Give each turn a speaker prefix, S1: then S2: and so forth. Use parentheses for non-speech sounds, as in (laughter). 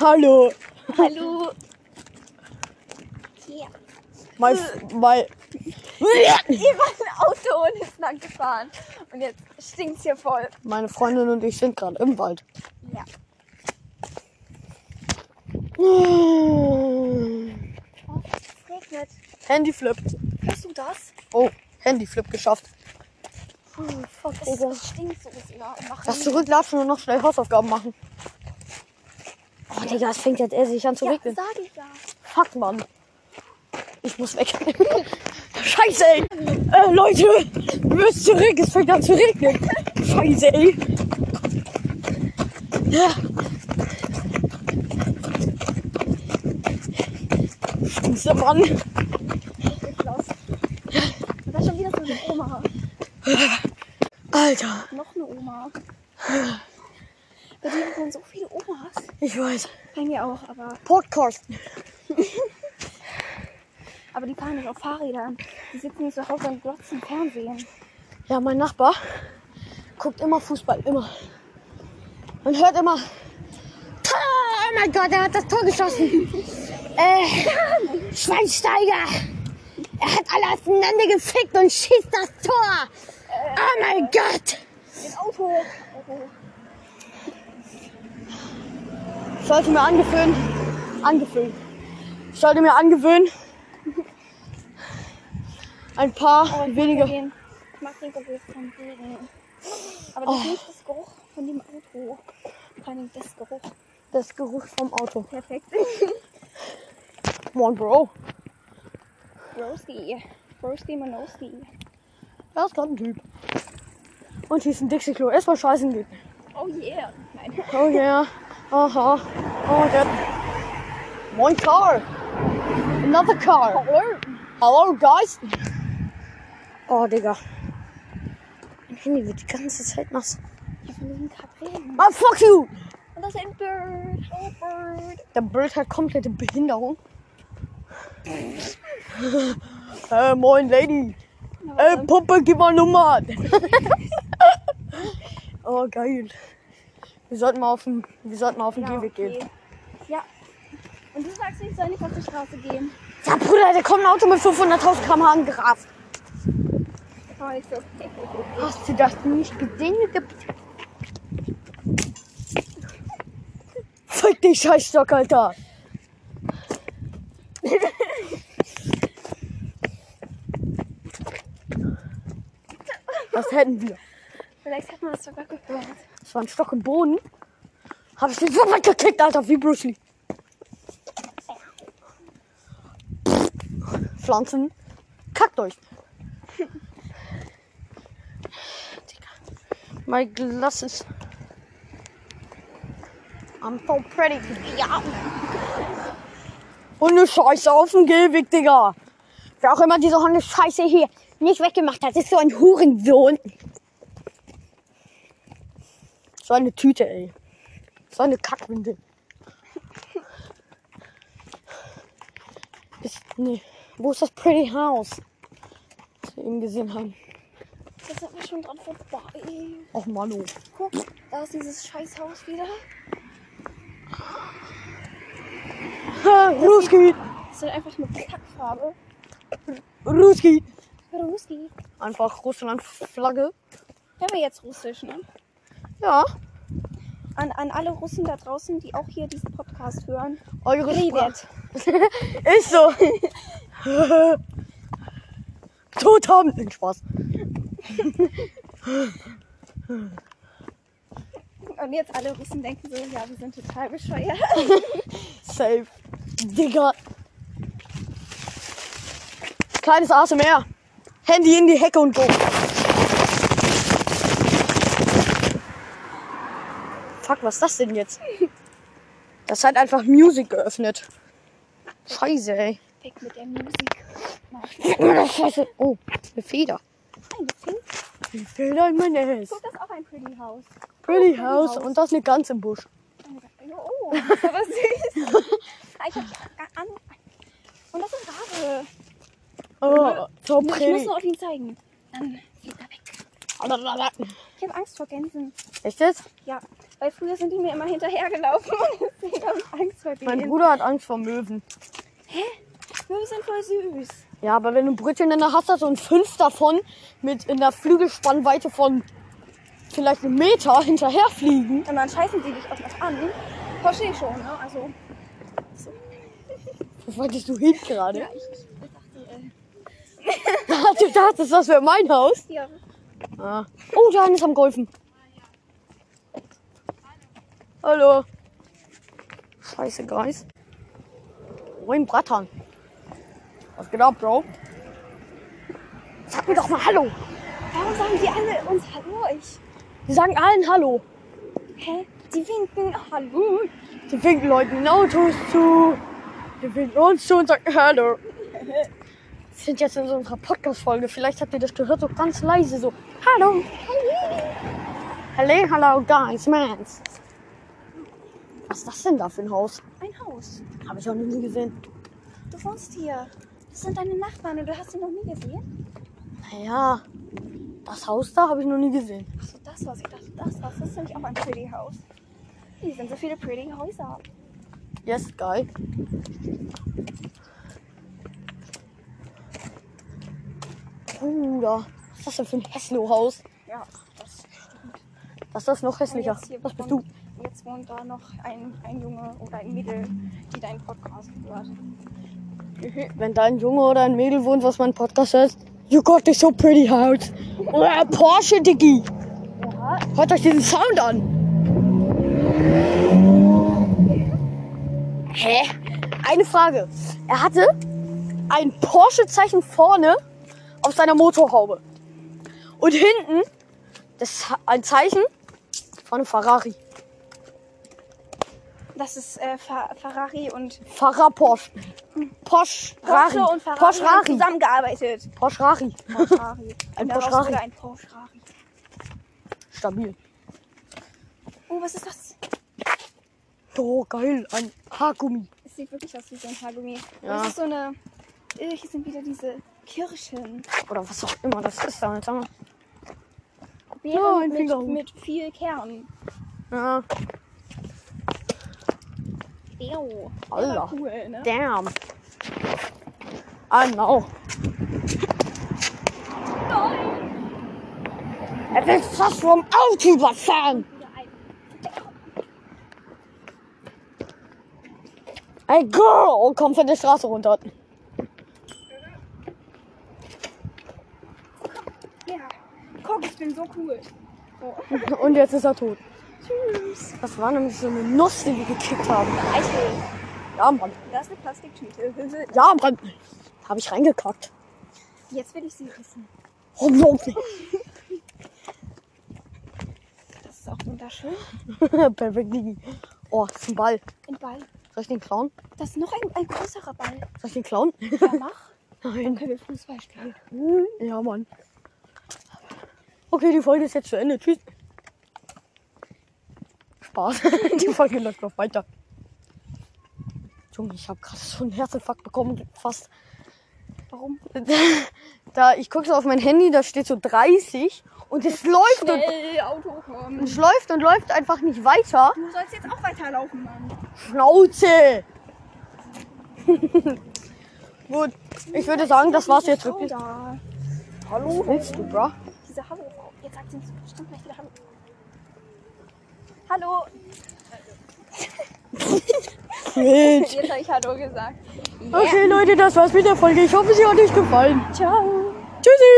S1: Hallo.
S2: Hallo. Ja.
S1: Mein, mein,
S2: Über ein Auto und ist lang gefahren. Und jetzt stinkt's hier voll.
S1: meine Freundin und ich sind gerade im Wald.
S2: Ja. Oh, es regnet.
S1: Handy flippt.
S2: Hörst du das?
S1: Oh, Handy flip geschafft.
S2: Puh, fuck, es, es stinkt so bis nach.
S1: Das zurücklatschen und noch schnell Hausaufgaben machen. Oh, Digga, es fängt jetzt erst sich an zu
S2: ja,
S1: regnen.
S2: sag ich ja.
S1: Fuck, Mann. Ich muss weg. (laughs) Scheiße, ey. Äh, Leute, wir müssen zurück. Es fängt an zu regnen. Scheiße, ey. Ja. Scheiße, Mann.
S2: Klaus. Das ist schon wieder so eine Oma.
S1: Alter,
S2: Noch eine Oma. Bei dir sind so viele Omas.
S1: ich weiß.
S2: Bei mir auch, aber,
S1: Podcast.
S2: aber die fahren nicht auf Fahrrädern. Die sitzen nicht zu Hause und glotzen Fernsehen.
S1: Ja, mein Nachbar guckt immer Fußball, immer. Man hört immer. "Tor! Oh mein Gott, er hat das Tor (laughs) geschossen. äh, Schweinsteiger. Er hat alle auseinander gefickt und schießt das Tor. Oh mein Gott.
S2: Den Auto. Auto.
S1: Ich sollte mir angewöhnen. Angewöhnen. Ich sollte mir angewöhnen. Ein paar weniger.
S2: Den, ich mag den Geruch vom Regen. Aber
S1: Oh.
S2: das ist nicht das Geruch von dem Auto. Vor allem das Geruch.
S1: Das Geruch vom Auto.
S2: Perfekt. (laughs)
S1: Moin, Bro.
S2: Rosie. Rosie Manosi.
S1: Er ist gerade ein Typ. Und hier ist ein Dixie-Klo. Erstmal scheißen gehen.
S2: Oh yeah. Nein.
S1: Oh yeah. Aha. Oh Gott. One car. Another car.
S2: Hallo.
S1: Hello guys. Oh Digga. Mein Handy wird die ganze Zeit nass.
S2: Ich bin ein Kaprien.
S1: Ah fuck you!
S2: Und das ist ein Bird. Oh, Bird.
S1: Der Bird hat komplette Behinderung. (laughs) äh, moin Lady. Ey Puppe, gib mal Nummern. (laughs) oh geil. Wir sollten mal auf den, wir sollten mal auf den
S2: Ja,
S1: Gehweg gehen.
S2: okay. Ja. Und du sagst, ich soll nicht auf die Straße gehen.
S1: Ja, Bruder, da kommt ein Auto mit 500.000 km/h angerast.
S2: Aber nicht so. Oh, Okay.
S1: Hast du das nicht gesehen? Fick dich, Scheißstock, Alter! Was hätten wir?
S2: Vielleicht hat man das sogar gehört.
S1: Das war ein Stock im Boden. Hab ich den so weit gekickt, Alter, wie Bruce Lee. Pflanzen. Kackt euch. Digga. Mein Glas ist. I'm so pretty. Ja. Und eine Scheiße auf dem Gehweg, Digga. Wer auch immer diese Hunde Scheiße hier nicht weggemacht hat, ist so ein Hurensohn. So eine Tüte, ey. So eine Kackwindel. Ist, nee. Wo ist das Pretty House? Was wir eben gesehen haben.
S2: Da sind wir schon dran vorbei.
S1: Och, Mann, (laughs) oh.
S2: Guck, da ist dieses Scheißhaus wieder.
S1: Ha, Los geht!
S2: Das ist halt einfach nur Kackfarbe.
S1: Los geht!
S2: Ruski.
S1: Einfach Russland-Flagge.
S2: Hören wir jetzt Russisch, ne?
S1: Ja.
S2: An, an alle Russen da draußen, die auch hier diesen Podcast hören.
S1: Eure Sprache.
S2: Redet.
S1: Ist so. (laughs) Totam. Nein, Spaß.
S2: Und jetzt alle Russen denken so, ja, wir sind total bescheuert.
S1: Safe. Digga. Kleines ASMR. Handy in die Hecke und go. Fuck, was ist das denn jetzt? Das hat einfach Music geöffnet. Scheiße, ey.
S2: Weg mit der Musik. Nein,
S1: Scheiße. Oh, eine Feder.
S2: ein Fink.
S1: Eine Feder in mein Ass.
S2: Guck, das ist auch ein Pretty House.
S1: Pretty House und das eine ganze im Busch.
S2: Oh, (laughs) aber süß. Ah, ich hab an. Und das ist Rabe.
S1: Oh, so
S2: Ich muss
S1: pretty.
S2: nur auf ihn zeigen. Dann fliegt er weg. Ich habe Angst vor Gänsen.
S1: Echt jetzt?
S2: Ja, Weil früher sind die mir immer hinterhergelaufen (laughs) und deswegen habe ich Angst vor
S1: Mein
S2: denen.
S1: Bruder hat Angst vor Möwen.
S2: Möwen sind voll süß.
S1: Ja, aber wenn du Brötchen in der hast, hast du und fünf davon mit in der Flügelspannweite von vielleicht einem Meter (laughs) hinterherfliegen.
S2: Und dann scheißen sie dich auch noch an. Verstehe schon, ne? Also,
S1: Wo wolltest du hin gerade?
S2: ja, ich, ich dachte, äh,
S1: Ah, (laughs) du dachtest, das wäre mein Haus.
S2: ja.
S1: Ah. Oh, da ist am Golfen. Hallo. Scheiße, Guys. Moin, Brattern. Was geht ab, Bro? Sag mir doch mal Hallo.
S2: Warum sagen die alle uns Hallo? Ich,
S1: Die sagen allen Hallo.
S2: hä? Die winken Hallo.
S1: Die winken Leuten in Autos zu. Die winken uns zu und sagen Hallo. Wir sind jetzt in so unserer Podcast-Folge. Vielleicht habt ihr das gehört, so ganz leise, so Hallo. Hallo, hallo, guys, mans. Was ist das denn da für ein Haus?
S2: Ein Haus.
S1: Habe ich auch noch nie gesehen.
S2: Du wohnst hier. Das sind deine Nachbarn und du hast sie noch nie gesehen?
S1: Naja, das Haus da habe ich noch nie gesehen.
S2: Achso, das war's. Ich dachte, das war's. Das ist nämlich auch ein Pretty House. Hier sind so viele Pretty Häuser.
S1: Yes, geil. Bruder, was ist das denn für ein Hesslo-Haus?
S2: Ja, das
S1: Das ist noch
S2: Und
S1: hässlicher.
S2: jetzt hier
S1: Das bist du.
S2: wohnt- Jetzt wohnt da noch ein, ein Junge oder ein Mädel, die deinen Podcast hört.
S1: Mhm. Wenn da ein Junge oder ein Mädel wohnt, was mein Podcast hört, you got this so pretty house. Oder Porsche, Diggi.
S2: Oha,
S1: Hört euch diesen Sound an. Hä? Eine Frage. Er hatte ein Porsche-Zeichen vorne auf seiner Motorhaube. Und hinten das, ein Zeichen von einem Ferrari.
S2: das ist äh, Fa Ferrari und
S1: Ferrari Porsche. Porsche. Ferrari.
S2: Porsche und Ferrari
S1: Porsche.
S2: haben
S1: Ferrari.
S2: zusammengearbeitet.
S1: Porsche. Ferrari.
S2: Ferrari.
S1: Ein
S2: Und daraus
S1: Porsche-Rari.
S2: wurde Ein Porsche. -Rari.
S1: Stabil.
S2: Oh, was ist das?
S1: Oh, geil. Ein Haargummi.
S2: Es sieht wirklich aus wie so ein Haargummi.
S1: Ja.
S2: Das ist so eine. Äh, hier sind wieder diese Kirschen.
S1: Oder was auch immer das ist, Alter.
S2: Beeren
S1: Oh, ein
S2: mit,
S1: Fingerhut.
S2: mit viel Kern.
S1: Ja.
S2: Beo.
S1: Allah.
S2: Cool, ne?
S1: Damn. Ah, I know.
S2: Nein!
S1: Er will fast vom Auto überfahren.
S2: Wieder ein.
S1: Hey Girl, komm von der Straße runter.
S2: Ja. Guck, ich bin so cool. So.
S1: Und jetzt ist er tot.
S2: Tschüss.
S1: Das war nämlich so eine Nuss, die wir gekickt haben.
S2: Eichel.
S1: Ja, Mann.
S2: Da ist eine Plastiktüte.
S1: Ja, Mann. Da habe ich reingekackt.
S2: Jetzt will ich sie wissen.
S1: Oh, no.
S2: Das ist auch wunderschön.
S1: (laughs) Perfekt, Digi. Oh, das ist ein Ball.
S2: Ein Ball.
S1: Soll ich den klauen?
S2: Das ist noch ein, ein größerer Ball.
S1: Soll ich den klauen?
S2: Ja, mach.
S1: (laughs)
S2: Dann
S1: Nein.
S2: können wir Fußball spielen.
S1: Ja, Mann. Okay, die Folge ist jetzt zu Ende. Tschüss. Spaß. (laughs) Die Folge läuft noch weiter. Junge, ich habe gerade so einen Herzinfarkt bekommen. Fast. (laughs)
S2: Warum?
S1: Da, ich gucke so auf mein Handy, da steht so 30 und es läuft und
S2: Schnell, Auto kommen.
S1: es läuft und läuft einfach nicht weiter.
S2: Du sollst jetzt auch weiterlaufen, Mann.
S1: Schnauze! (laughs) Gut, ich würde sagen, das war's jetzt wirklich.
S2: Da.
S1: Hallo, willst du, bra?
S2: Diese Hallo. Jetzt sagt sie uns bestimmt gleich wieder Hallo. Hallo.
S1: Wild.
S2: Jetzt habe ich Hallo gesagt.
S1: Okay, Leute, das war's mit der Folge. Ich hoffe, sie hat euch gefallen.
S2: Ciao.
S1: Tschüssi!